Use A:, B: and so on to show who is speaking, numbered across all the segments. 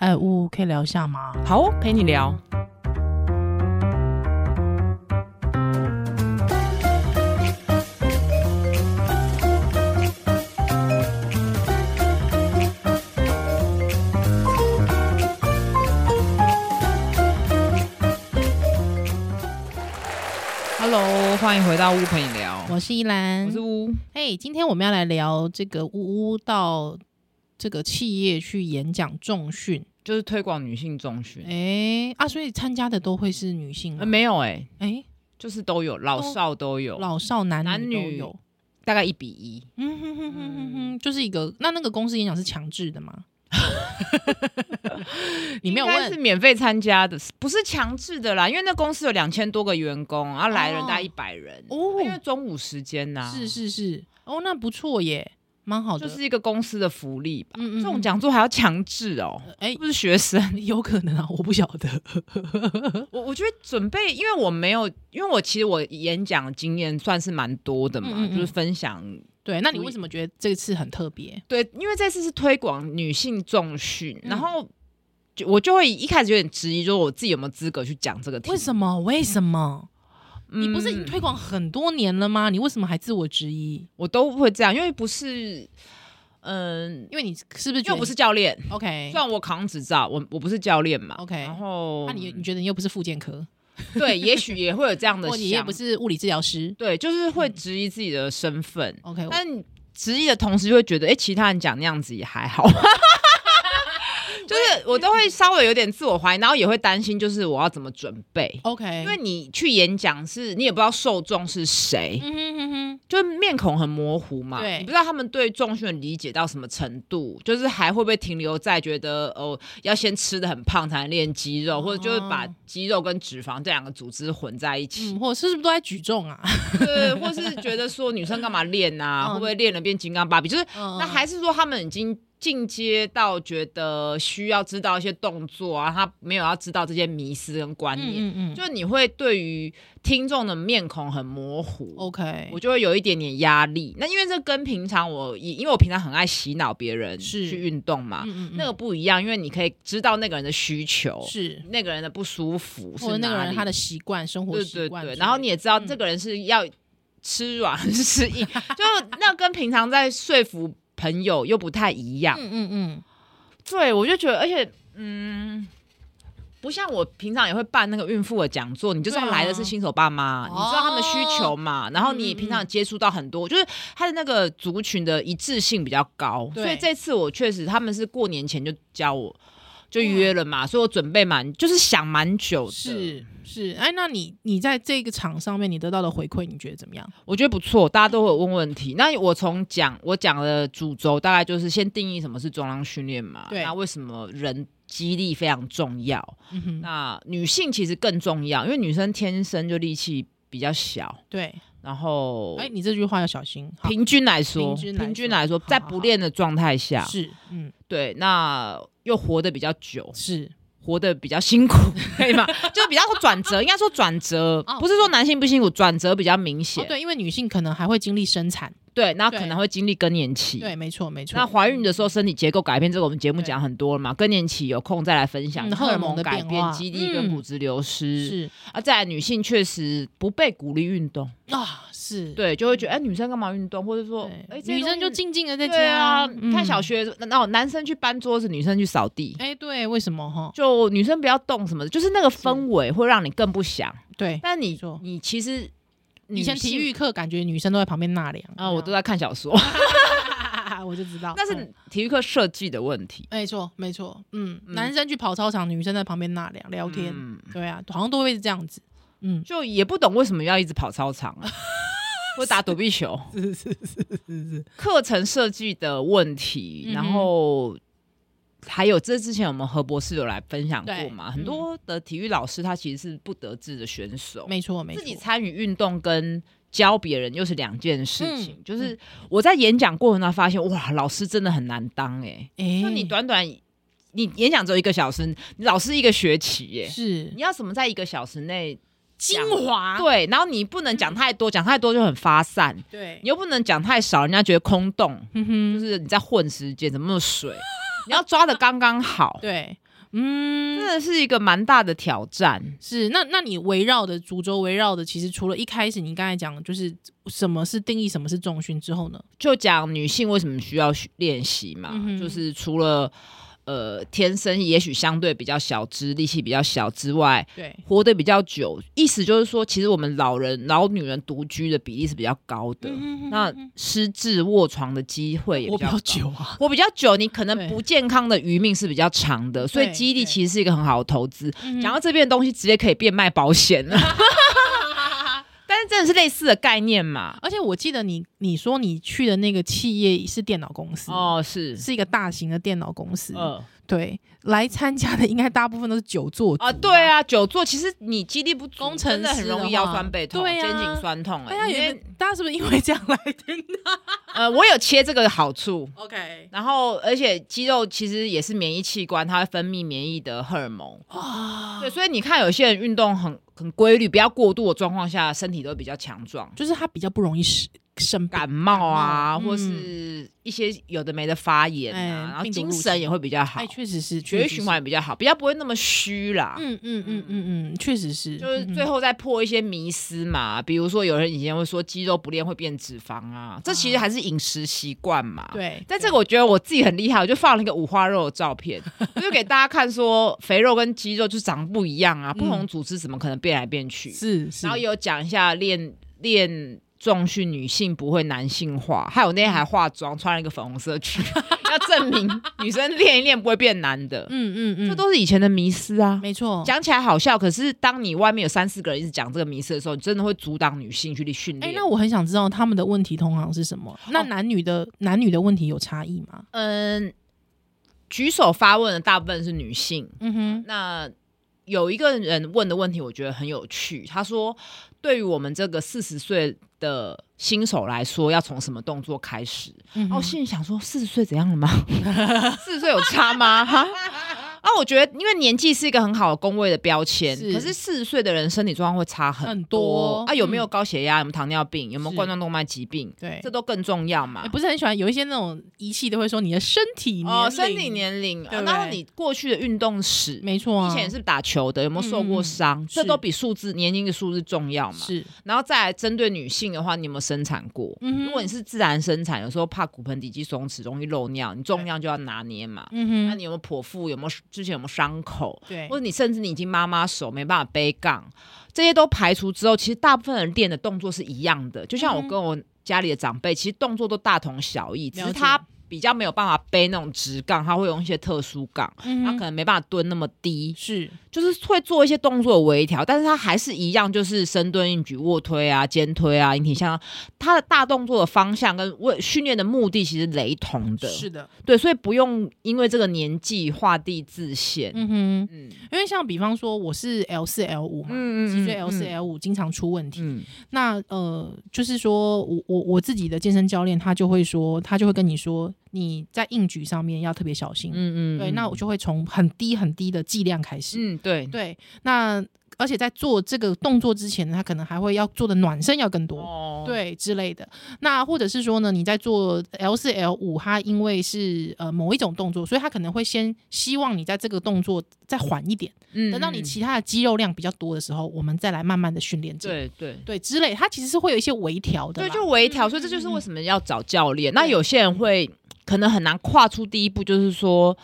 A: 哎，呜，可以聊一下吗？
B: 好哦，陪你聊。Hello，欢迎回到屋陪你聊，
A: 我是依兰，
B: 我是屋。
A: 嘿今天我们要来聊这个呜呜到这个企业去演讲重训。
B: 就是推广女性中学。
A: 哎啊，所以参加的都会是女性吗
B: 呃，？没有哎、
A: 哎，
B: 就是都有，老少都有，
A: 老少男
B: 男
A: 女都
B: 女
A: 有。
B: 大概一比一。
A: 嗯哼哼哼哼哼，就是一个。那那个公司演讲是强制的吗？ 你没有
B: 应该是
A: 问
B: 免费参加的，不是强制的啦，因为那公司有两千多个员工，然后来人大概一百人，
A: 哦
B: 因为中午时间呐、
A: 是，是是，哦，那不错耶，蛮好的。
B: 就是一个公司的福利吧。
A: 嗯
B: 这种讲座还要强制哦，
A: 哎
B: 是，不是学生？
A: 有可能啊，我不晓得。
B: 我我觉得准备，因为我没有，因为我其实我演讲经验算是蛮多的嘛，
A: 嗯嗯嗯
B: 就是分享。
A: 对，那你
B: 所以
A: 为什么觉得这次很特别？
B: 对，因为这次是推广女性重训，
A: 嗯
B: 然后就我就会一开始有点质疑，就是我自己有没有资格去讲这个题目？
A: 为什么？为什么？你不是已经
B: 嗯
A: 推广很多年了吗？你为什么还自我质疑？
B: 我都会这样，因为不是，嗯，
A: 因为你是不是
B: 因
A: 觉得
B: 为我不是教练，
A: OK？
B: 虽然我扛执照，我我不是教练嘛
A: OK
B: 然后
A: 那、你 你觉得你又不是复健科，
B: 对，也许也会有这样嗯的
A: 或你也
B: 想嗯
A: 不，是物理治疗师
B: 对，就是会质疑自己的身份，
A: ？OK，我
B: 但质疑的同时就会觉得，哎、其他人讲那样子也还好。 就是我都会稍微有点自我怀疑，然后也会担心，就是我要怎么准备，
A: OK，
B: 因为你去演讲是你也不知道受众是谁，
A: 嗯哼哼哼，
B: 就是面孔很模糊嘛，
A: 对
B: 你不知道他们对重训的理解到什么程度，就是还会不会停留在觉得哦要先吃的很胖才能练肌
A: 哦
B: 肉，或者就是把肌肉跟脂肪这两个组织混在一起，
A: 嗯，或是不是都在举重啊？
B: 对，或是觉得说女生干嘛练 啊，
A: 嗯
B: 会不会练了变金刚芭比？就是
A: 嗯
B: 那还是说他们已经进阶到觉得需要知道一些动作啊，他没有要知道这些迷思跟观念，
A: 嗯嗯嗯
B: 就你会对于听众的面孔很模糊。
A: ，OK，
B: 我就会有一点点压力。那因为这跟平常我以，因为我平常很爱洗脑别人
A: 是
B: 去运动嘛，
A: 嗯嗯
B: 那个
A: 个
B: 不一样，因为你可以知道那个人的需求，
A: 是，
B: 那个人的不舒服
A: 或
B: 是
A: 者那个
B: 哪
A: 人
B: 里
A: 他的习惯、生活
B: 对
A: 习
B: 对
A: 惯之类
B: 对，
A: 的，嗯
B: 然后你也知道这个人是要吃软 吃硬，就那跟平常在说服朋友又不太一样。
A: 嗯嗯嗯，
B: 对，我就觉得，而且嗯。不像我平常也会办那个孕妇的讲座，你就知道
A: 对啊哦
B: 来的是新手爸妈，你知道他们的需求嘛，然后你也平
A: 嗯
B: 常接触到很多，就是他的那个族群的一致性比较高，
A: 对
B: 所以这次我确实他们是过年前就教我，就约了嘛，所以我准备蛮就是想蛮久的，
A: 是是，哎，那你你在这个场上面你得到的回馈，你觉得怎么样？
B: 我觉得不错，大家都会有问问题。那我从讲我讲的主轴，大概就是先定义什么是中央训练嘛，
A: 对
B: 那为什么人肌力非常重要？
A: 嗯哼，
B: 那女性其实更重要，因为女生天生就力气比较小，
A: 对，
B: 然后
A: 哎，你这句话要小心，好
B: 平均来说，
A: 平均来说好
B: 在
A: 好
B: 不
A: 好
B: 练的状态下，
A: 是，嗯，哦
B: 对，那又活得比较久，
A: 是，
B: 活得比较辛苦， 可以吗？就是比较转折，应该说转折
A: 哦，
B: 不是说男性不辛苦，转折比较明
A: 哦
B: 显，，
A: 对，因为女性可能还会经历生产，
B: 对，那
A: 对
B: 可能会经历更年期，
A: 对，没错，没错。
B: 那怀孕的时候身体结构改变，这个我们节目讲很多了嘛，更年期有空再来分享。
A: 嗯
B: 荷尔蒙
A: 荷
B: 改
A: 尔蒙的变化嗯
B: 变、肌力跟骨质流失，
A: 是
B: 啊，再来女性确实不被鼓励运动，
A: 啊，是，
B: 对，就会觉得哎、女生干嘛运动，或者说
A: 对，
B: 哎、这些
A: 女生就
B: 东西
A: 静静的在
B: 对
A: 家
B: 啊，看小，学那、后男生去搬桌子，女生去扫地
A: 嗯。哎，对，为什么哈？
B: 就女生不要动什么的，就是那个氛围会让你更不想。
A: 对，
B: 但你
A: 错
B: 你其实
A: 以前
B: 女性
A: 体育课感觉女生都在旁边纳凉
B: 啊、我都
A: 在，
B: 在看小 说，
A: 我就知道，
B: 那
A: 嗯
B: 是体育课设计的问题。
A: 没错，没错，嗯，
B: 嗯
A: 男生去跑操场，女生在旁边纳凉聊天，
B: 嗯
A: 对啊，好像都会是这样子，嗯，
B: 就也不懂为什么要一直跑操场、 啊，或打躲避球，
A: 是是是是是，
B: 课程设计的问题
A: 嗯，哼
B: 然后还有这之前我们何博士有来分享过
A: 对
B: 嘛？
A: 嗯
B: 很多的体育老师他其实是不得志的选手，
A: 没错没错
B: 哦自，己参与运动跟教别人又是两件事情。
A: 嗯
B: 就是我在演讲过程中发现，哇，老师真的很难当哎、
A: 哎
B: 就你短短你演讲只有一个小时，你老师一个学期耶、
A: 是
B: 你要怎么在一个小时内
A: 精
B: 讲
A: 华，嗯
B: 对？然后你不能讲太多，讲太多就很发散，
A: 对
B: 你又不能讲太少，人家觉得空洞，
A: 嗯哼，
B: 就是你在混时间，怎么那 么水？你要抓的刚刚好，
A: 对，
B: 真
A: 嗯，
B: 的是一个蛮大的挑战。
A: 是。那那你围绕的主轴围绕的，其实除了一开始你刚才讲，就是什么是定义，什么是重训之后呢？
B: 就讲女性为什么需要学练习嘛，
A: 嗯哼
B: 就是除了呃天生也许相对比较小只、力气比较小之外，
A: 对，
B: 活得比较久，意思就是说，其实我们老人、老女人独居的比例是比较高
A: 嗯
B: 的，那失智卧床的机会也
A: 我
B: 比
A: 比较
B: 较高。
A: 久啊，
B: 活比较久，你可能
A: 对
B: 不健康的余命是比较长的，所以
A: 对
B: 肌力
A: 对
B: 其实是一个很好的投资。
A: 嗯
B: 讲到这边的东西，直接可以变卖保 险了。但是真的是类似的概念嘛？
A: 而且我记得你你说你去的那个企业是电脑公司，
B: 哦，是，
A: 是一个大型的电脑公司，
B: 呃，
A: 对，来参加的应该大部分都是久坐族
B: 啊，对。啊，久坐其实你肌力不足，
A: 工程
B: 真的很
A: 师的
B: 容易腰
A: 话
B: 酸背痛、
A: 对啊
B: 肩颈酸痛、
A: 大
B: 哎，
A: 家有
B: 因
A: 没
B: 为
A: 有大家是不是因为这样来听的
B: 呃，我有切这个好处。
A: ？OK，
B: 然后，而且肌肉其实也是免疫器官，它会分泌免疫的荷尔蒙。
A: 啊，
B: 对，所以你看，有些人运动很很规律，不要过度的状况下，身体都会比较强壮。
A: 就是他比较不容易生生病
B: 感冒啊，
A: 感冒
B: 或
A: 嗯
B: 是一些有的没的发炎
A: 哎
B: 啊，然后
A: 病毒
B: 精
A: 入
B: 神
A: 侵
B: 也会比较好
A: 哎，，确实是
B: 血
A: 确
B: 液循。
A: 实是
B: 环也比较好，比较不会那么虚啦。
A: 嗯嗯嗯嗯嗯，确实是，
B: 就是
A: 嗯
B: 最
A: 嗯
B: 后再破一些迷思嘛，比如说有人以前会说肌肉不练会变脂肪啊，这其实还是饮食习惯嘛。。
A: 对，
B: 但这个我觉得我自己很厉害，我就放了一个五花肉的照片，我就给大家看说肥肉跟肌肉就长不一样啊，不同组织怎么可能变来变去？
A: 嗯是是，
B: 然后也有讲一下练练重训，女性不会男性化。还有那天
A: 嗯
B: 还化妆，穿了一个粉红色 裙，要证明女生练一练不会变男的。
A: 嗯嗯嗯，
B: 这都是以前的迷思啊。
A: 没错。
B: 讲起来好笑，可是当你外面有三四个人一直讲这个迷思的时候，你真的会阻挡女性去训
A: 哎，
B: 练。
A: 那我很想知道他们的问题通常是什么？
B: 哦
A: 那男女的男女的问题有差异吗？
B: 嗯，举手发问的大部分是女性。
A: 嗯哼，
B: 那有一个人问的问题，我觉得很有趣。他说，对于我们这个四十岁的新手来说，要从什么动作开始？
A: 嗯
B: 然
A: 哼
B: 后我心里想说，四十岁怎样了吗？四十岁有差吗？哈？ 啊，我觉得因为年纪是一个很好的工位的标签，
A: 是
B: 可是四十岁的人身体状况会差很
A: 很多
B: 多啊，有没有
A: 嗯
B: 高血压？有没有糖尿病？有没有
A: 是
B: 冠状动脉疾病？
A: 对
B: 这，都更重要嘛
A: 哎。不是很喜欢有一些那种仪器都会说你的身体年
B: 哦，身体
A: 龄，
B: 年龄，
A: 对
B: 啊
A: 不
B: 然后
A: 对
B: 你过去的运动史，
A: 没错啊，
B: 以前也是打球的，有没有受过
A: 嗯
B: 伤？这
A: 是
B: 都比数字年龄的数字重要嘛。
A: 是，
B: 然后再来针对女性的话，你有没有生产过？
A: 嗯哼
B: 如果你是自然生产，有时候怕骨盆底肌松弛，容易漏尿，你重量就要拿捏嘛。
A: 嗯
B: 那
A: 哼，
B: 你有啊没有剖腹？有没有之前有没有伤口？
A: 对
B: 或，者你甚至你已经妈妈手没办法背杠，这些都排除之后，其实大部分人练的动作是一样的。就像我
A: 嗯哼
B: 跟我家里的长辈，其实动作都大同小异，只
A: 了
B: 是
A: 解
B: 他比较没有办法背那种直杠，他会用一些特殊杠，
A: 嗯
B: 他
A: 哼
B: 可能没办法蹲那么低，
A: 是
B: 就是会做一些动作微调，但是他还是一样，就是深蹲、硬举、卧推啊、肩推啊、引体向上，他的大动作的方向跟为训练的目的其实雷同的，
A: 是的，
B: 对，所以不用因为这个年纪画地自限。
A: 嗯哼，
B: 嗯
A: 因为像比方说我是 L 四 L 五嘛，
B: 嗯嗯
A: 脊椎
B: 嗯
A: L 四 L 五经常出问题，
B: 嗯
A: 那呃，就是说我我我自己的健身教练他就会说，他就会跟你说你在硬举上面要特别小心。
B: 嗯嗯，
A: 对，那我
B: 就
A: 就会从很低很低的剂量开始。
B: 嗯对
A: 对，那而且在做这个动作之前，他可能还会要做的暖身要更多。
B: 哦，
A: 对嗯之类的，那或者是说呢，你在做 L 四 L 五，它因为是呃某一种动作，所以它可能会先希望你在这个动作再缓一点，
B: 嗯
A: 等到你其他的肌肉量比较多的时候，我们再来慢慢的训练这个。
B: 对对。
A: 对之类，它其实是会有一些微调的
B: 对，
A: 啦。嗯
B: 就微调，所以这就是为什么要找教练。那有些人会可能很难跨出第一步，就是说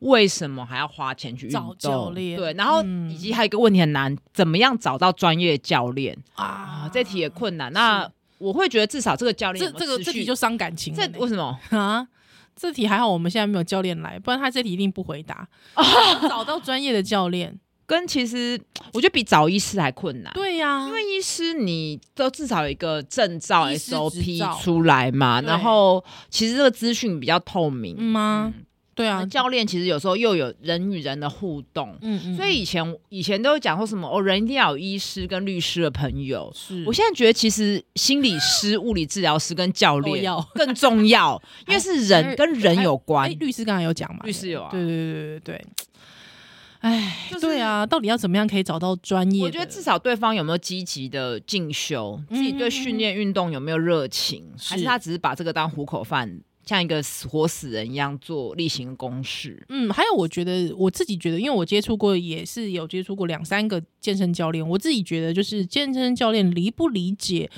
B: 为什么还要花钱去运动
A: 找教练
B: 对，然后
A: 嗯
B: 以及还有一个问题很难，怎么样找到专业教练啊
A: 啊？
B: 这题也困难。那我会觉得至少这个教练
A: 这
B: 有没
A: 这
B: 有
A: 个
B: 持
A: 这题
B: 续
A: 就伤感情了
B: 这
A: 呢，
B: 为什么？
A: 啊，这题还好我们现在没有教练来，不然他这题一定不回答。
B: 哦
A: 找到专业的教练，
B: 跟其实我觉得比找医师还困难。
A: 对呀、
B: 因为医师你都至少有一个证照
A: 医师执照
B: SOP 出来嘛，
A: 对
B: 然后其实这个资讯比较透明。
A: 嗯吗？
B: 嗯
A: 对啊，
B: 教练其实有时候又有人与人的互动，
A: 嗯嗯，
B: 所以以前以前都有讲说什么哦，人一定要有医师跟律师的朋友。
A: 是
B: 我现在觉得，其实心理师、物理治疗师跟教
A: 都
B: 练
A: 要
B: 更重要，因为是人跟人有
A: 哎、
B: 关。
A: 律师刚才有讲嘛，
B: 律师有啊
A: 对对对对对对，哎、
B: 就是
A: 对啊，到底要怎么样可以找到专业的？
B: 我觉得至少对方有没有积极的进修，
A: 嗯
B: 自己对训练运动有没有热情，还是
A: 是
B: 他只是把这个当糊口饭，像一个死活死人一样做例行公事？
A: 嗯，还有我觉得我自己觉得，因为我接触过，也是有接触过两三个健身教练，我自己觉得就是健身教练理不理解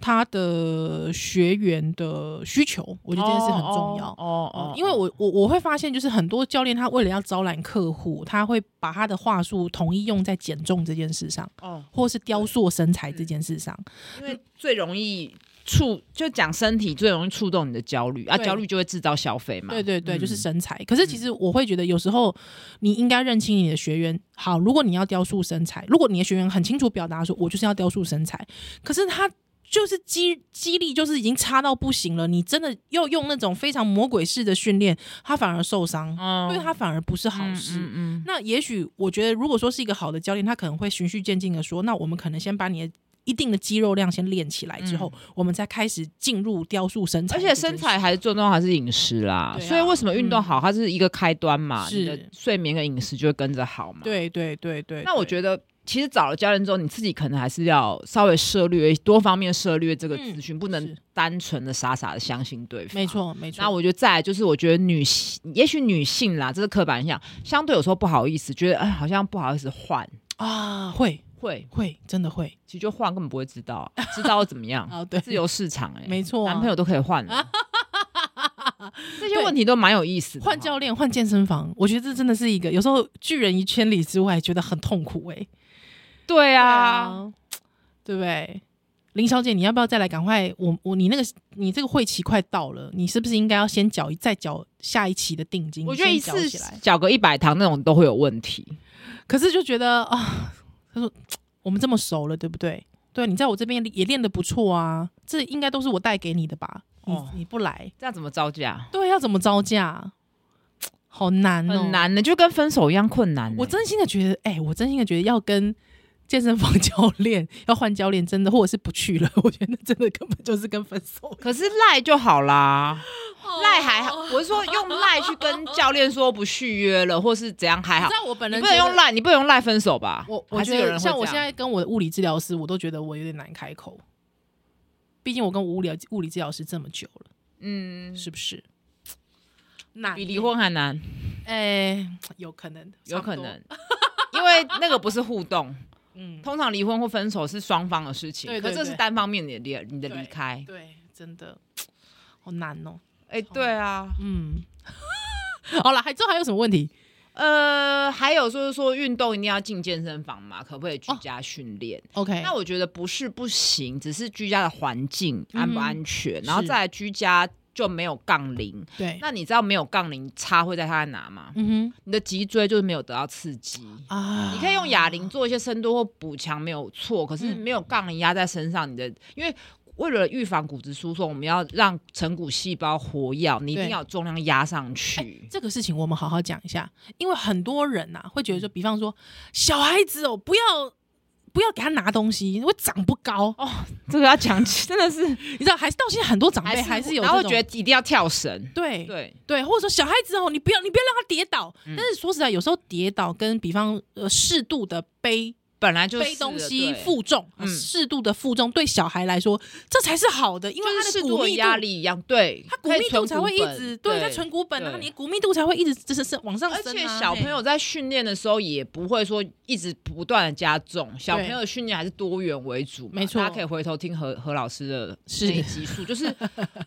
A: 他的学员的需求，我
B: 我
A: 觉得这件事很重要。
B: 哦
A: 哦，因为我我我会发现，就是很多教练他为了要招揽客户，他会把他的话术统一用在减重这件事上，
B: 哦，
A: 或是雕塑身材
B: 嗯
A: 这件事上。
B: 因为最容易触，就讲身体最容易触动你的焦虑啊，
A: 对
B: 焦虑就会制造消费嘛。
A: 对对对，就是
B: 嗯
A: 身材。可是其实我会觉得，有时候你应该认清你的学员。好，如果你要雕塑身材，如果你的学员很清楚表达说，我就是要雕塑身材，可是他。就是肌肌力就是已经差到不行了，你真的要用那种非常魔鬼式的训练，他反而受伤，
B: 嗯
A: 对他反而不是好
B: 嗯
A: 事。
B: 嗯嗯
A: 那也许我觉得，如果说是一个好的教练，他可能会循序渐进的说，那我们可能先把你的一定的肌肉量先练起来，之后、我们再开始进入雕塑身材
B: 嗯而
A: 这
B: 且
A: 件事。
B: 身材还是最重要，还是饮食啦。
A: 对啊
B: 所以为什么运动
A: 嗯
B: 好，它是一个开端嘛？
A: 是
B: 你的睡眠跟饮食就会跟着好嘛。。
A: 对对对对。
B: 那我
A: 对
B: 觉得，其实找了教练之后，你自己可能还是要稍微涉略多方面涉略这个
A: 嗯
B: 资讯，不能
A: 是
B: 单纯的傻傻的相信对方。
A: 没。错没错。
B: 那我觉得再来就是，我觉得女性，也许女性啦，这是刻板印象，相对有时候不好意思，觉得哎，好像不好意思换，
A: 啊会
B: 会，
A: 会真的会
B: 其实就换根本不会知道啊，知道又怎么样？
A: 啊对
B: 自由市场哎、
A: 没错啊
B: 男朋友都可以换了。这些问题都蛮有意思的 哈，
A: 换教练换健身房，我觉得这真的是一个有时候拒人于千里之外，觉得很痛苦哎、
B: 对
A: 对
B: 啊，，
A: 对不对？林小姐，你要不要再来？赶快，我我你那个你这个会期快到了，你是不是应该要先缴一再缴下一期的定金？
B: 我觉得一
A: 先缴
B: 次
A: 起来，
B: 缴个一百堂那种都会有问题。
A: 可是就觉得啊，他说我们这么熟了，对不对？对啊你在我这边也练得不错啊，这应该都是我带给你的吧？你、
B: 哦
A: 你不来，
B: 这样怎么招架？
A: 对，要怎么招架？好难哦，
B: 很。难的，就跟分手一样困难欸、
A: 我真心的觉得，哎、我真心的觉得要跟健身房教练要换教练，真的，或者是不去了， 我觉得那真的根本就是跟分手。
B: 可是赖就好啦，
A: 哦
B: 赖还好。我是说用赖去跟教练说不续约了，或是怎样还好
A: 你知。道我本
B: 你
A: 人
B: 不能
A: 觉得
B: 用赖，你不能用赖分手吧？
A: 我我
B: 还是
A: 觉
B: 有人
A: 得
B: 会
A: 像我
B: 这
A: 现
B: 样
A: 在跟我的物理治疗师，我都觉得我有点难开口。毕竟我跟物理物理治疗师这么久了，
B: 嗯，
A: 是不是？那
B: 比离婚还难，
A: 哎、有可能，
B: 有可
A: 差
B: 能
A: 不多，
B: 因为那个不是互动。
A: 嗯，
B: 通常离婚或分手是双方的事情，
A: 对
B: 可
A: 对
B: 这是
A: 对
B: 单方面的离你的离开。
A: 对，真的好难哦、
B: 哎，对啊，
A: 嗯， 好了，还之后还有什么问题？
B: 呃，还有就是说运动一定要进健身房嘛，可不可以居
A: 哦
B: 家训练？
A: OK，
B: 那我觉得不是不行，只是居家的环境安不
A: 嗯
B: 安全，然后
A: 是
B: 再来居家就没有杠铃。
A: 对，
B: 那你知道没有杠铃差会在它哪吗？
A: 嗯
B: 你的脊椎就是没有得到刺激。
A: 哼啊，
B: 你可以用哑铃做一些深度或补强，没有错。可是
A: 嗯
B: 没有杠铃压在身上，你的因为为了预防骨质疏松，我们要让成骨细胞活跃，你一定
A: 对哎
B: 要有重量压上去。
A: 这个事情我们好好讲一下，因为很多人呐、会觉得说，比方说小孩子哦，不要不要给他拿东西，会长不高。
B: 哦，这个要讲 起，真的是
A: 你知道，还是到现在很多长辈还是有
B: 然后
A: 这
B: 觉
A: 种
B: 得一定要跳绳。
A: 对嗯
B: 对，
A: 对，或者说小孩子哦，你不要你不要让他跌倒。但是说实在，有时候跌倒跟比方呃适度的背
B: 本来就是
A: 背东
B: 了
A: 西
B: 对
A: 负重，
B: 嗯
A: 适度的负重对小孩来说这才是好的，因为
B: 就
A: 他
B: 是适
A: 的
B: 度
A: 骨
B: 的
A: 密
B: 压
A: 度。
B: 力一样，对，
A: 它骨
B: 可以
A: 密
B: 存
A: 度才会一
B: 本
A: 直对，它存骨本，
B: 对
A: 然后你的骨密度才会一直就是是往上
B: 而
A: 升、啊。
B: 且小朋
A: 嘿
B: 友在训练的时候也不会说一直不断的加重，小朋友的训练还是多元为主嘛，
A: 没错
B: 大家可以回头听何何老师的
A: 是
B: 那一集数，就是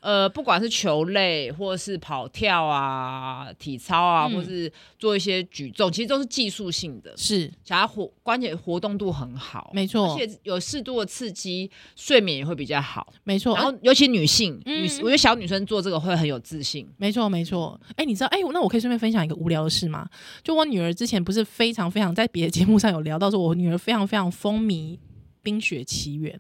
B: 呃，不管是球类或是跑跳啊、体操啊，
A: 嗯
B: 或是做一些举重，其实都是技术性的，
A: 是
B: 小孩活关节活动度很好，
A: 没错
B: 而且有适度的刺激，睡眠也会比较好。
A: 没错，
B: 然
A: 而
B: 后，尤其女性，
A: 嗯
B: 女，我觉得小女生做这个会很有自信。
A: 没错，没错。哎、你知道？哎、那我可以顺便分享一个无聊的事吗？就我女儿之前不是非常非常在别的节目上有聊到，说我女儿非常非常风靡《冰雪奇缘》，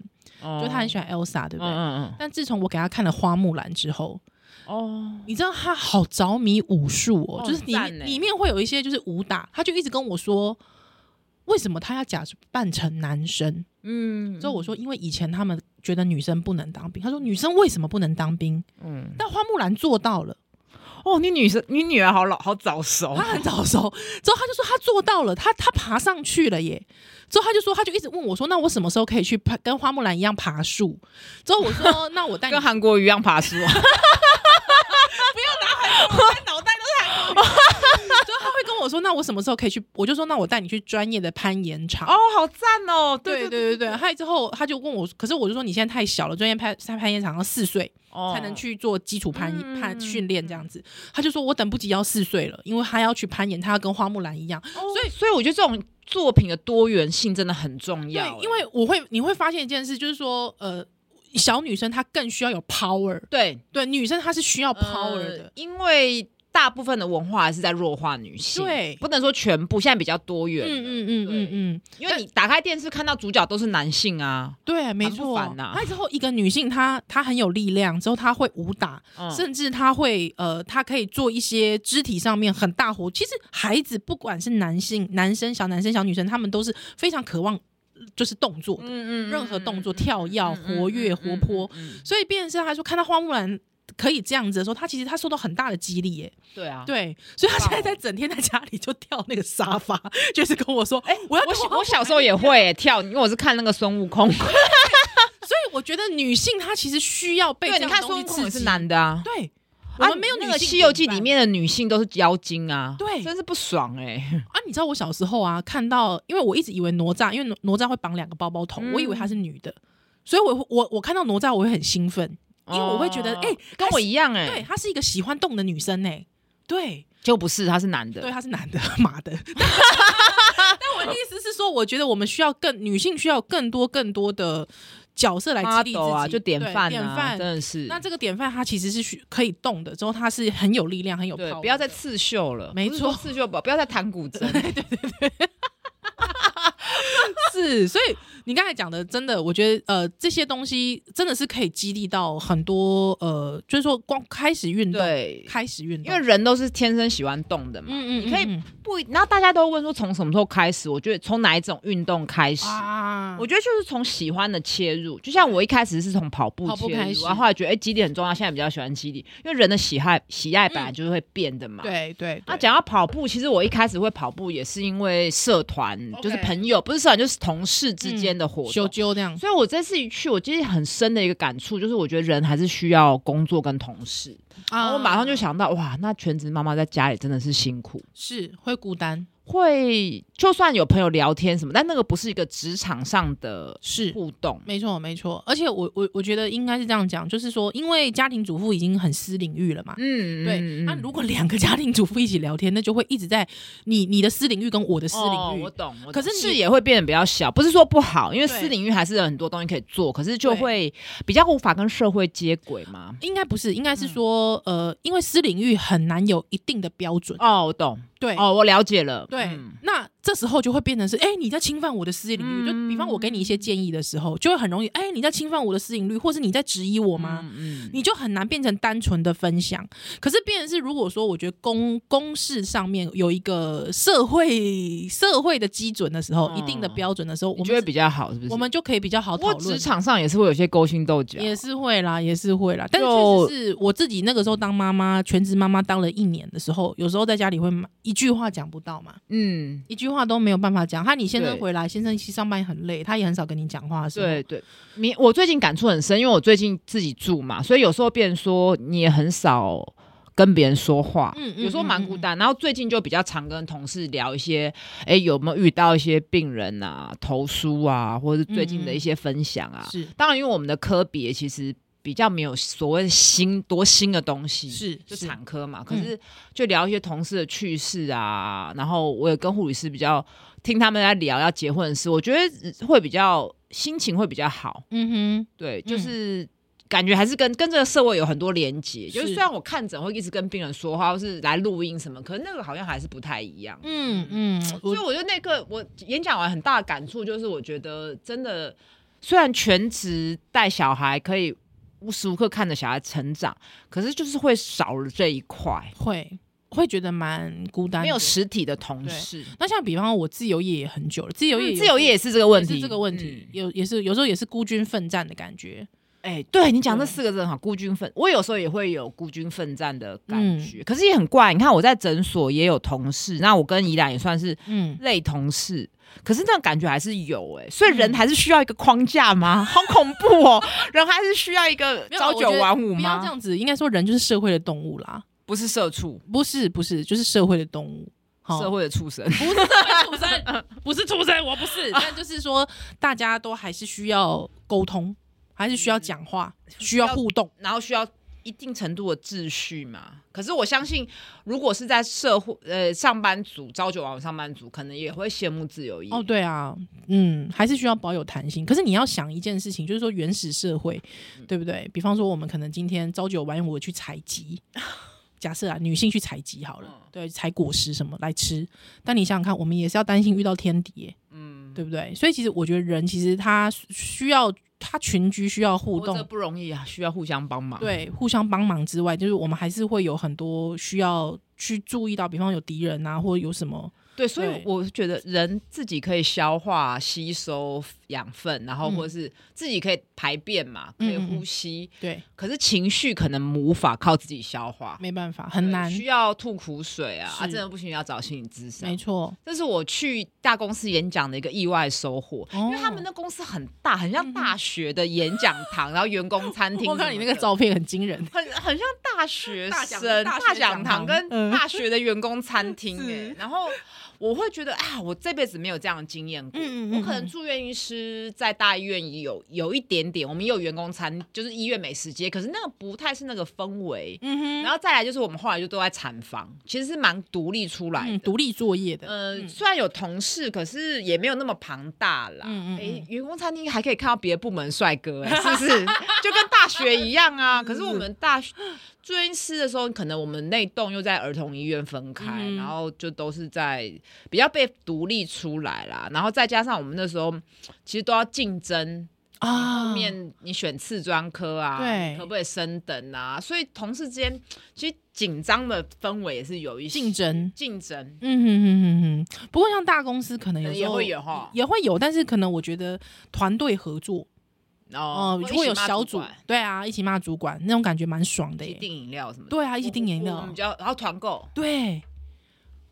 B: 就
A: 就她很哦
B: 欢，
A: 喜欢 Elsa，对不对？
B: 嗯嗯
A: 但自从我给她看了《花木兰》之后，
B: 哦，
A: 你知道他好着迷武术哦，
B: 哦
A: 就是里
B: 很赞
A: 面
B: 欸
A: 里面会有一些就是武打，他就一直跟我说，为什么他要假扮成男生？
B: 嗯，
A: 之后我说，因为以前他们觉得女生不能当兵，他说女生为什么不能当兵？
B: 嗯，
A: 但花木兰做到了，
B: 哦，你女生，你女儿好老，好早熟
A: 她很早熟。 之后他就说他做到了，他他爬上去了耶。之后他就说他就一直问我说，那我什么时候可以去爬跟花木兰一样爬树？之后我 说那我带你
B: 跟韩国瑜一样爬树。啊
A: 脑袋都是韩国语。之后他会跟我说，那我什么时候可以去？我就说那我带你去专业的攀岩场。
B: 哦，好赞哦！
A: 对
B: 对
A: 对对对，还有之后他就问我，可是我就说你现在太小了，专业攀攀攀岩场要四岁
B: 哦
A: 才能去做基础攀
B: 嗯
A: 攀训练这样子。他就说我等不及要四岁了，因为他要去攀岩，他要跟花木兰一样。
B: 所以哦所以我觉得这种作品的多元性真的很重
A: 对
B: 要，欸，
A: 因为我会你会发现一件事，就是说呃，小女生她更需要有 power，
B: 对
A: 对，女生她是需要 power
B: 呃
A: 的。
B: 因为大部分的文化还是在弱化女性，
A: 对
B: 不能说全部，现在比较多元，
A: 嗯嗯嗯嗯嗯，
B: 因为你打开电视看到主角都是男性啊，
A: 对，没
B: 很不
A: 错。
B: 凡呐
A: 她之后一个女性，她她很有力量，之后她会武打，
B: 嗯
A: 甚至她会呃，她可以做一些肢体上面很大活。其实孩子不管是男性、男生、小男生、小女生，他们都是非常渴望呃就是动作的，
B: 嗯
A: 任何动作跳跃、活跃、活泼。，
B: 嗯嗯嗯嗯嗯嗯
A: 所以，变成是他说看到花木兰。可以这样子的时候，他其实他受到很大的激励耶，
B: 对啊，。
A: 对，所以他现在
B: 棒
A: 在整天在家里就跳那个沙发，就是跟我说，哎、我要
B: 我
A: 跳
B: 小我小时候也会欸跳，因为我是看那个孙 悟空。
A: 所以我觉得女性她其实需要被
B: 对，
A: 这
B: 你
A: 样
B: 看
A: 的
B: 孙
A: 东
B: 悟
A: 西
B: 空
A: 刺
B: 也是
A: 激。
B: 男的啊。
A: 对，我
B: 啊
A: 们没有女
B: 那
A: 性。
B: 个《西游记》里面的女性都是妖精啊，
A: 对
B: 真是不爽哎、
A: 啊，你知道我小时候啊，看到，因为我一直以为哪吒，因为哪哪吒会绑两个包包头，
B: 嗯
A: 我以为她是女的，所以我我我看到哪吒我会很兴奋，因为我会觉得，
B: 哦
A: 哎、
B: 跟我一样哎、
A: 样，对，她是一个喜欢动的女生呢、对，
B: 就不是，他是男的。
A: 对，她是男的， 妈 的。但我的意思是说，我觉得我们需要更女性需要更多更多的角色来激励自己，
B: model 啊，就典
A: 对
B: 范啊，
A: 典范
B: 真的是。
A: 那这个典范它其实是需可以动的，之后它是很有力量、很有 power
B: 对
A: 的，，
B: 不要再刺绣了，
A: 没
B: 不是说
A: 错
B: 刺绣吧，不要再弹 古筝。
A: 是。所以你刚才讲的，真的，我觉得呃，这些东西真的是可以激励到很多呃，就是说光开始运动，
B: 对，
A: 开始运
B: 因
A: 动，
B: 为人都是天生喜欢动的嘛，
A: 嗯
B: 你可以不一，然后大家都会问说从什么时候开始？我觉得从哪一种运动开始？
A: 啊，
B: 我觉得就是从喜欢的切入，就像我一开始是从跑步
A: 跑步
B: 切
A: 开
B: 入，
A: 始
B: 然后后来觉得哎，肌力很重要，现在比较喜欢肌力，因为人的喜爱喜爱本来就是会变的嘛。。
A: 嗯对对，
B: 那
A: 对
B: 讲到跑步，其实我一开始会跑步也是因为社团
A: OK 嗯
B: 就是朋友，不是社团就是同事之间的活动。
A: 修纠这样，
B: 所以我这次一去，我其实很深的一个感触就是，我觉得人还是需要工作跟同事。
A: 啊
B: 然后我马上就想到，哇，那全职妈妈在家里真的是辛苦，
A: 是会孤单，
B: 会就算有朋友聊天什么，但那个不是一个职场上的
A: 是
B: 互动。
A: 没错没错。而且我我我觉得应该是这样讲，就是说，因为家庭主妇已经很私领域了嘛，
B: 嗯，
A: 对，那、
B: 嗯
A: 如果两个家庭主妇一起聊天，那就会一直在你你的私领域跟我的私
B: 哦
A: 领域，
B: 我懂。我懂
A: 可是你
B: 视野会变得比较小，不是说不好，因为
A: 对
B: 私领域还是有很多东西可以做，可是就
A: 对
B: 会比较无法跟社会接轨嘛。
A: 应该不是，应该
B: 嗯
A: 是说、呃，因为私领域很难有一定的标准，
B: 哦，我懂。
A: 对。
B: 哦，我了解了。
A: 对，
B: 嗯
A: 那这时候就会变成是，哎、你在侵犯我的私领域。就比方我给你一些建议的时候，就会很容易，哎、你在侵犯我的私领域，或是你在质疑我吗？
B: 嗯
A: 你就很难变成单纯的分享。可是变成是，如果说我觉得公公式上面有一个社会社会的基准的时候，一定的
B: 嗯
A: 标准的时候，我
B: 你
A: 们
B: 觉得
A: 是
B: 比较好，是不是？
A: 我们就可以比较好
B: 不
A: 讨
B: 过
A: 论
B: 职。场上也是会有些勾心斗角，
A: 也是会啦，也是会啦，但是
B: 就
A: 确实是我自己那个时候当妈妈，全职妈妈当了一年的时候，有时候在家里会骂一句话讲不到嘛，
B: 嗯，
A: 一句话都没有办法讲。他你先生
B: 对
A: 回来，先生其实上班也很累，他也很少跟你讲话的时候，
B: 对对。你我最近感触很深，因为我最近自己住嘛，所以有时候变成说你也很少跟别人说话，
A: 嗯嗯
B: 有时候蛮孤单。然后最近就比较常跟同事聊一些，哎、有没有遇到一些病人啊、投诉啊，或者是最近的一些分享啊。
A: 嗯是
B: 当然，因为我们的科别其实比较没有所谓新多新的东西，
A: 是嗯
B: 就是产科嘛。可是就聊一些同事的趣事啊，然后我也跟护理师比较听他们在聊要结婚的事，我觉得会比较心情会比较好。
A: 嗯
B: 对，
A: 嗯
B: 就是。感觉还是跟跟这个社会有很多连结，就是
A: 是
B: 虽然我看诊会一直跟病人说话，或是来录音什么，可是那个好像还是不太一样
A: 哼，。嗯嗯，
B: 所
A: 我
B: 以我觉得那个我演讲完很大的感触就是，我觉得真的虽然全职带小孩可以无时无刻看着小孩成长，可是就是会少了这一块，
A: 会会觉得蛮孤单的，
B: 没有实体的同事。
A: 那像比方我自由业也很久了，自由业
B: 嗯
A: 有
B: 自由业也是这个问
A: 也
B: 题，
A: 是这个问题，
B: 嗯。
A: 有也是有时候也是孤军奋战的感觉。
B: 哎、对你讲这
A: 对
B: 四个字很好，孤军奋。我有时候也会有孤军奋战的感觉，可是也很怪。你看我在诊所也有同事，那我跟怡兰也算是
A: 嗯，
B: 类同事，可是那种感觉还是有哎、所以人还是需要一个框架吗？好恐怖哦，人还是需要一个
A: 没有
B: 朝九晚
A: 我觉
B: 五
A: 得不要这
B: 吗？
A: 样子，应该说人就是社会的动物啦，
B: 不是社畜，
A: 不是不是，就是社会的动物。好
B: 社会的畜生。
A: 不是社会畜生，不是 畜生，我不 是。但就是说，大家都还是需要沟通，还是需要讲话，嗯需要互动。
B: 然后需要一定程度的秩序嘛。可是我相信，如果是在社会呃上班族朝九晚五上班族，可能也会羡慕自由业。
A: 哦，对啊，嗯，还是需要保有弹性。可是你要想一件事情，就是说原始社会，对不对？比方说，我们可能今天朝九晚五地去采 集，假设啊，女性去采集好了，对，采果实什么来吃。但你想想看，我们也是要担心遇到天敌耶、
B: 嗯，
A: 对不对？所以其实我觉得人其实他需要他群居需要互
B: 活
A: 动
B: 着，不容易啊，需要互相帮忙。，
A: 对，互相帮忙之外，就是我们还是会有很多需要去注意到，比方有敌人啊，或者有什么，
B: 对，所以
A: 对
B: 我觉得人自己可以消化、吸收养分，然后
A: 嗯
B: 或是自己可以排便嘛，可以
A: 嗯嗯嗯
B: 呼吸。
A: 对，
B: 可是情绪可能无法靠自己消化，
A: 没办法，很
B: 啊
A: 难，
B: 对需要吐苦水啊！啊，
A: 是
B: 真的不行，要找心理咨商
A: 没。错，
B: 这是我去大公司演讲的一个意外收获，
A: 哦嗯
B: 因为他们的公司很大，很像大学的演讲堂，然后员工餐厅。
A: 哦 我看你那个，照片很惊 人，
B: 很很像大学
A: 大讲
B: 生
A: 大
B: 大
A: 学
B: 讲
A: 讲堂
B: 堂跟
A: 嗯
B: 大学的员工餐厅哎
A: 是，
B: 然后我会觉得啊，我这辈子没有这样的经验过。
A: 嗯嗯嗯
B: 我可能住院医师在大医院也有有一点点，我们也有员工餐，就是医院美食街，可是那个不太是那个氛围。
A: 嗯哼，
B: 然后再来就是我们后来就都在产房，其实是蛮独立出来的
A: 嗯，。独立作业的，嗯
B: 呃，虽然有同事，可是也没有那么庞大啦。
A: 嗯嗯嗯
B: 诶员工餐厅还可以看到别的部门帅哥、诶是不 是？就跟大学一样
A: 嗯
B: 啊。可是我们大学住院师的时候，可能我们那栋又在儿童医院分开，
A: 嗯
B: 然后就都是在比较被独立出来啦。然后再加上我们那时候其实都要竞争，
A: 啊，
B: 后面你选次专科啊，
A: 对
B: 你可不可以升等啊？所以同事之间其实紧张的氛围也是有一些
A: 竞争。
B: 竞争。
A: 嗯哼哼哼哼，不过像大公司可能嗯有时
B: 也
A: 候
B: 会有哈，
A: 也会有，但是可能我觉得团队合作
B: 哦
A: 哦，，
B: 一
A: 如
B: 起
A: 果有
B: 骂
A: 小
B: 主
A: 组
B: 管，
A: 对啊，一起骂主管那种感觉蛮爽的
B: 一起
A: 耶。
B: 订饮料什么的，
A: 对啊，一起订饮
B: 我
A: 料
B: 们，就要然后团购，
A: 对，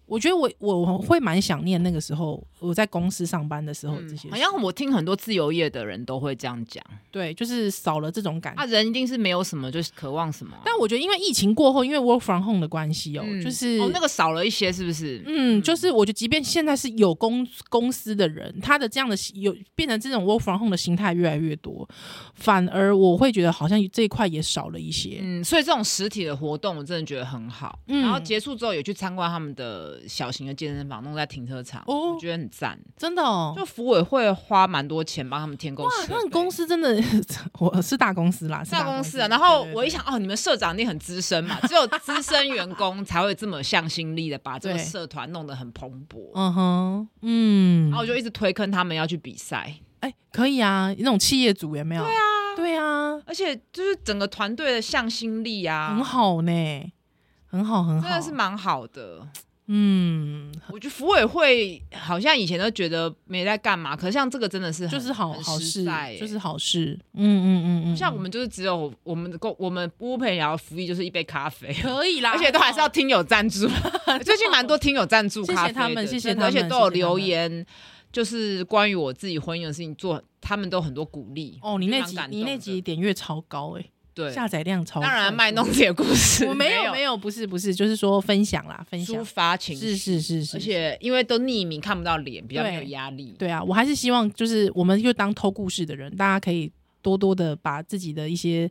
A: 我觉得我我会蛮想念那个时候我在公司上班的时候哦这些事，
B: 嗯
A: 嗯
B: 好像我听很多自由业的人都会这样讲，
A: 对，就是少了这种感觉。
B: 啊，人一定是没有什么就是渴望什么啊，
A: 但我觉得因为疫情过后，因为 work from home 的关系哦，
B: 嗯
A: 就是、
B: 哦那个少了一些，是不是？
A: 嗯，就是我觉得，即便现在是有公公司的人，他的这样的有变成这种 work from home 的心态越来越多，反而我会觉得好像这一块也少了一些。
B: 嗯，所以这种实体的活动我真的觉得很好。
A: 嗯
B: 然后结束之后也去参观他们的小型的健身房，弄在停车场，
A: 哦
B: 我觉得很赞。
A: 真的哦，
B: 就服委会花蛮多钱帮他们添购
A: 哇，
B: 设
A: 那
B: 备
A: 你公司真的， 我是大公司啦，是
B: 大
A: 公
B: 公
A: 司
B: 司啊，然后
A: 对对
B: 我一想，哦，你们社长一定很资深嘛，只有资深员工才会这么向心力的把这个
A: 对
B: 社团弄得很蓬勃。
A: 嗯哼，嗯，
B: 然后我就一直推坑他们要去比赛，
A: 哎、可以啊，那种企业主有没有？对啊，对啊，
B: 而且就是整个团队的向心力啊，
A: 很，好呢，很好，很好，
B: 真的是蛮好的。
A: 嗯，
B: 我觉得服委会好像以前都觉得没在干嘛，可是像这个真的是很
A: 就是好
B: 很
A: 好
B: 实
A: 事
B: 在，欸
A: 就是好事，嗯嗯嗯嗯，
B: 像我们就是只有我们的工，我们乌陪聊的福利就是一杯咖啡，
A: 可以啦，
B: 而且都还 是要听友赞 助。最近蛮多听友赞助
A: 谢谢
B: 咖啡的，
A: 他们谢谢
B: 真的
A: 他
B: 而
A: 们
B: 且都有留言，就是关于我自己婚姻的事情做，他们都很多鼓励。
A: 哦，你那
B: 蛮
A: 集
B: 感动
A: 你那
B: 的
A: 集点阅超高哎、
B: 对，
A: 下载量超高，
B: 当然啊卖弄自己的故事，
A: 我没有没
B: 没
A: 有，不是不是，就是说分享啦，分
B: 抒
A: 享
B: 发情
A: 是
B: 绪，
A: 是是是，
B: 而且因为都匿名看不到脸，比较
A: 对
B: 没有压力。
A: 对啊，我还是希望就是我们就当偷故事的人，大家可以多多的把自己的一些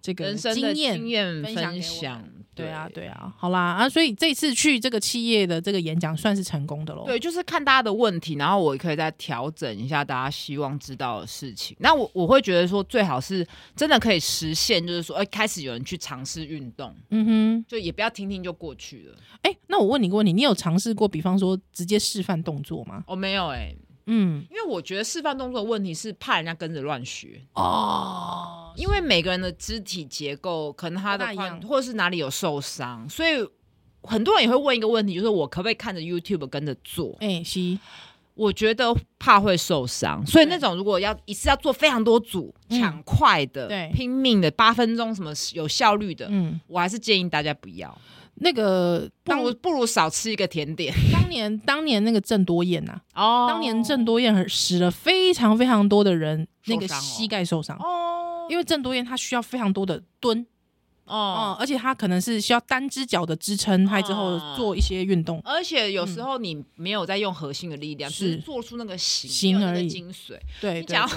A: 这个
B: 人生的
A: 验
B: 经验
A: 分享给
B: 分
A: 我
B: 享，
A: 对啊，对啊，好啦啊，所以这次去这个企业的这个演讲算是成功的喽。
B: 对，就是看大家的问题，然后我可以再调整一下大家希望知道的事情。那我我会觉得说，最好是真的可以实现，就是说，哎、开始有人去尝试运动，
A: 嗯
B: 就也不要听听就过去了。
A: 哼，哎，那我问你一个问题，你有尝试过，比方说直接示范动作吗？
B: 哦，没有哎、
A: 嗯，
B: 因为我觉得示范动作的问题是怕人家跟着乱学，
A: 哦，是
B: 因为每个人的肢体结构，可能他
A: 不
B: 的
A: 大一
B: 换
A: 样
B: 或者是哪里有受伤，所以很多人也会问一个问题，就是我可不可以看着 YouTube 跟着做？
A: 哎、是
B: 我觉得怕会受伤，所以
A: 对
B: 那种如果要一次要做非常多组、
A: 嗯
B: 抢快的、
A: 对
B: 拼命的、八分钟什么有效率的，
A: 嗯，
B: 我还是建议大家不要，
A: 那个
B: 不
A: 当
B: 如不如少吃一个甜点。
A: 当年当年那个郑多燕呐、
B: 哦
A: 当年郑多燕很使了非常非常多的人那个
B: 受伤哦
A: 膝盖受伤，
B: 哦，
A: 因为郑多燕她需要非常多的蹲哦、
B: 哦，
A: 而且她可能是需要单只脚的支撑，还之后
B: 哦
A: 做一些运动。
B: 而且有时候你没有在用核心的力量，
A: 是
B: 只是做出那个形
A: 形
B: 没有那
A: 嗯
B: 个
A: 而已
B: 精髓。
A: 对，
B: 你
A: 对
B: 讲
A: 对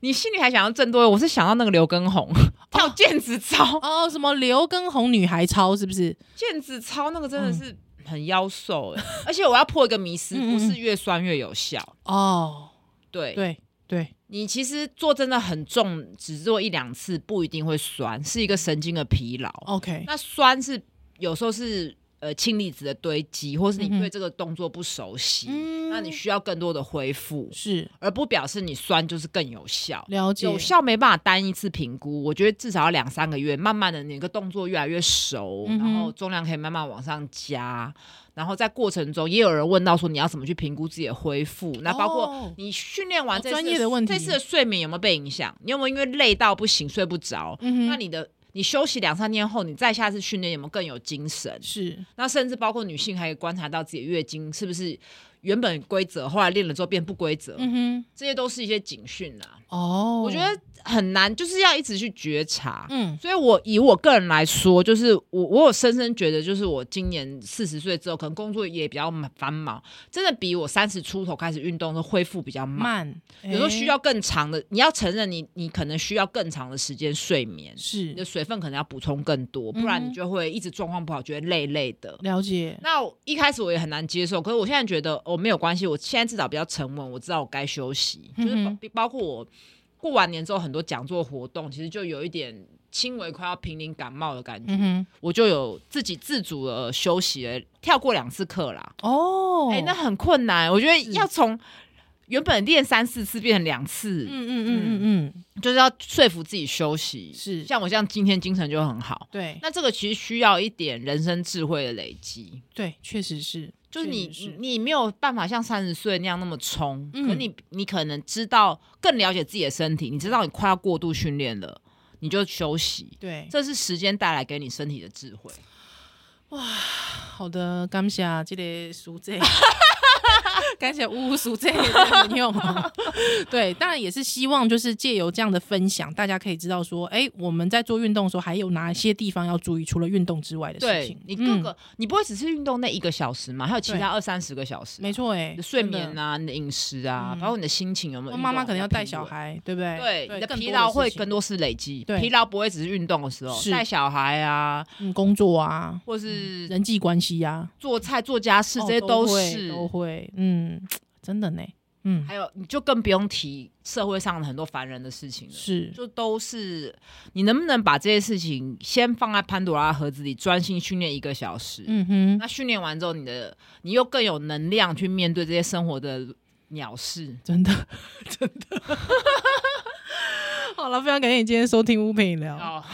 B: 你心里还想要郑多燕，我是想到那个刘畊宏跳毽子操，
A: 哦，什么刘畊宏女孩操是不是？
B: 毽子操那个
A: 嗯
B: 真的是很妖瘦哎、 而且我要破一个迷思，
A: 嗯嗯嗯
B: 不是越酸越有效。
A: 哦，
B: 对，
A: 对对，
B: 你其实做真的很重，只做一两次不一定会酸，是一个神经的疲劳。
A: OK，
B: 那酸是有时候是呃氢离子的堆积，或是你
A: 嗯哼
B: 对这个动作不熟悉，
A: 嗯
B: 那你需要更多的恢复，
A: 是
B: 而不表示你酸就是更有效。
A: 了解，
B: 有效没办法单一次评估，我觉得至少要两三个月，慢慢的你个动作越来越熟，
A: 嗯哼
B: 然后重量可以慢慢往上加，然后在过程中也有人问到说你要怎么去评估自己的恢复，那包括
A: 哦
B: 你训练完
A: 哦
B: 这次
A: 专业的问题
B: 这次的睡眠有没有被影响？你有没有因为累到不行睡不着？
A: 嗯哼
B: 那你的你休息两三天后，你再下次训练有没有更有精神？
A: 是
B: 那甚至包括女性还可以观察到自己的月经是不是原本规则，后来练了之后变不规则，
A: 嗯
B: 这些都是一些警讯啊啦。
A: 哼，哦，
B: 我觉得很难，就是要一直去觉察。
A: 嗯
B: 所以我以我个人来说，就是我我有深深觉得，就是我今年四十岁之后，可能工作也比较繁忙，真的比我三十出头开始运动的恢复比较慢。
A: 慢，
B: 有时候
A: 哎
B: 需要更长的，你要承认你你可能需要更长的时间睡眠，
A: 是嗯
B: 你的水分可能要补充更多，不然你就会一直状况不好，觉得累累的。
A: 了解，
B: 那我一开始我也很难接受，可是我现在觉得哦没有关系，我现在至少比较沉稳，我知道我该休息，就是
A: 嗯
B: 包
A: 哼
B: 包括我过完年之后很多讲座活动，其实就有一点轻微快要濒临感冒的感觉，
A: 嗯
B: 我就有自己自主的休息了，跳过两次课啦。
A: 哼，哦，
B: 哎、那很困难，我觉得
A: 是
B: 要从原本练三四次变成两次，
A: 嗯嗯嗯嗯嗯，
B: 就是要说服自己休息。
A: 是
B: 像我这样今天精神就很好，
A: 对
B: 那这个其实需要一点人生智慧的累积。
A: 对，确实是，
B: 就是
A: 确
B: 你
A: 实是
B: 你你没有办法像三十岁那样那么冲，
A: 嗯
B: 可你你可能知道更了解自己的身体，你知道你快要过度训练了，你就休息，
A: 对，
B: 这是时间带来给你身体的智慧。
A: 好的，感谢这个书 姐，感谢呜呜书姐的引用哦。对，当然也是希望就是借由这样的分享，大家可以知道说，哎、我们在做运动的时候还有哪些地方要注意，除了运动之外的事
B: 对
A: 情。
B: 你各个、
A: 嗯、
B: 你不会只是运动那一个小时嘛？还有其
A: 对
B: 他二三十个小时啊、
A: 没错、哎，
B: 你的睡
A: 真的
B: 眠。啊，你的饮食啊，
A: 嗯
B: 包括你的心情有没有？
A: 我妈妈可能要带小。孩，对不对？
B: 对，你的
A: 更
B: 疲
A: 多
B: 劳
A: 事
B: 会
A: 情
B: 更多是累积，
A: 对
B: 疲劳不会只是运动的时候，
A: 是
B: 带小孩啊，
A: 嗯，工作啊，
B: 或是
A: 人际关系呀、
B: 做菜、做家事，
A: 啊，
B: 这些
A: 哦都会
B: 是
A: 都会，嗯，真的呢，嗯，
B: 还有你就更不用提社会上的很多烦人的事情了。
A: 是
B: 就都是你能不能把这些事情先放在潘多拉盒子里，专心训练一个小时？
A: 嗯哼，
B: 那训练完之后，你的你又更有能量去面对这些生活的鸟事。
A: 真的，真 的。好了，非常感谢你今天收听乌陪你聊。
B: 哦，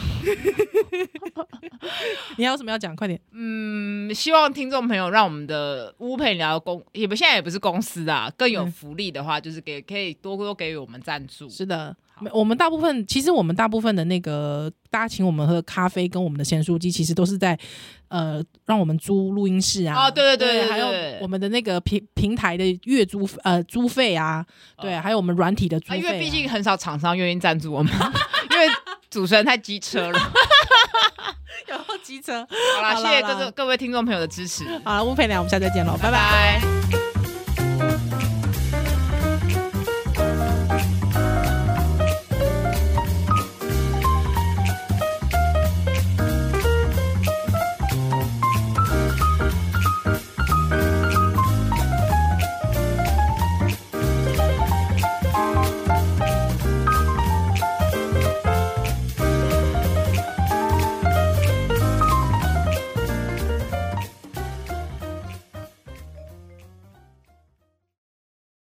A: 你还有什么要讲？快点。
B: 嗯，希望听众朋友让我们的乌佩聊公也不现在也不是公司啊，更有
A: 嗯
B: 福利的话，就是给可以多多给予我们赞助。
A: 是的，没我们大部分其实我们大部分的那个大家请我们喝咖啡跟我们的咸酥鸡，其实都是在呃让我们租录音室啊。
B: 哦对对对对
A: 还
B: 对
A: 有我们的那个平平台的月租呃租费啊，对，还有我们软体的租
B: 哦
A: 费、
B: 啊，因为 毕竟很少厂商愿意赞助我们，因为主持人太机车了。
A: 有机车。好
B: 好啦，
A: 啦
B: 谢谢
A: 好啦
B: 各各位听众朋友的支持，
A: 好了，乌佩良，我们下次再见喽，拜拜
B: 拜。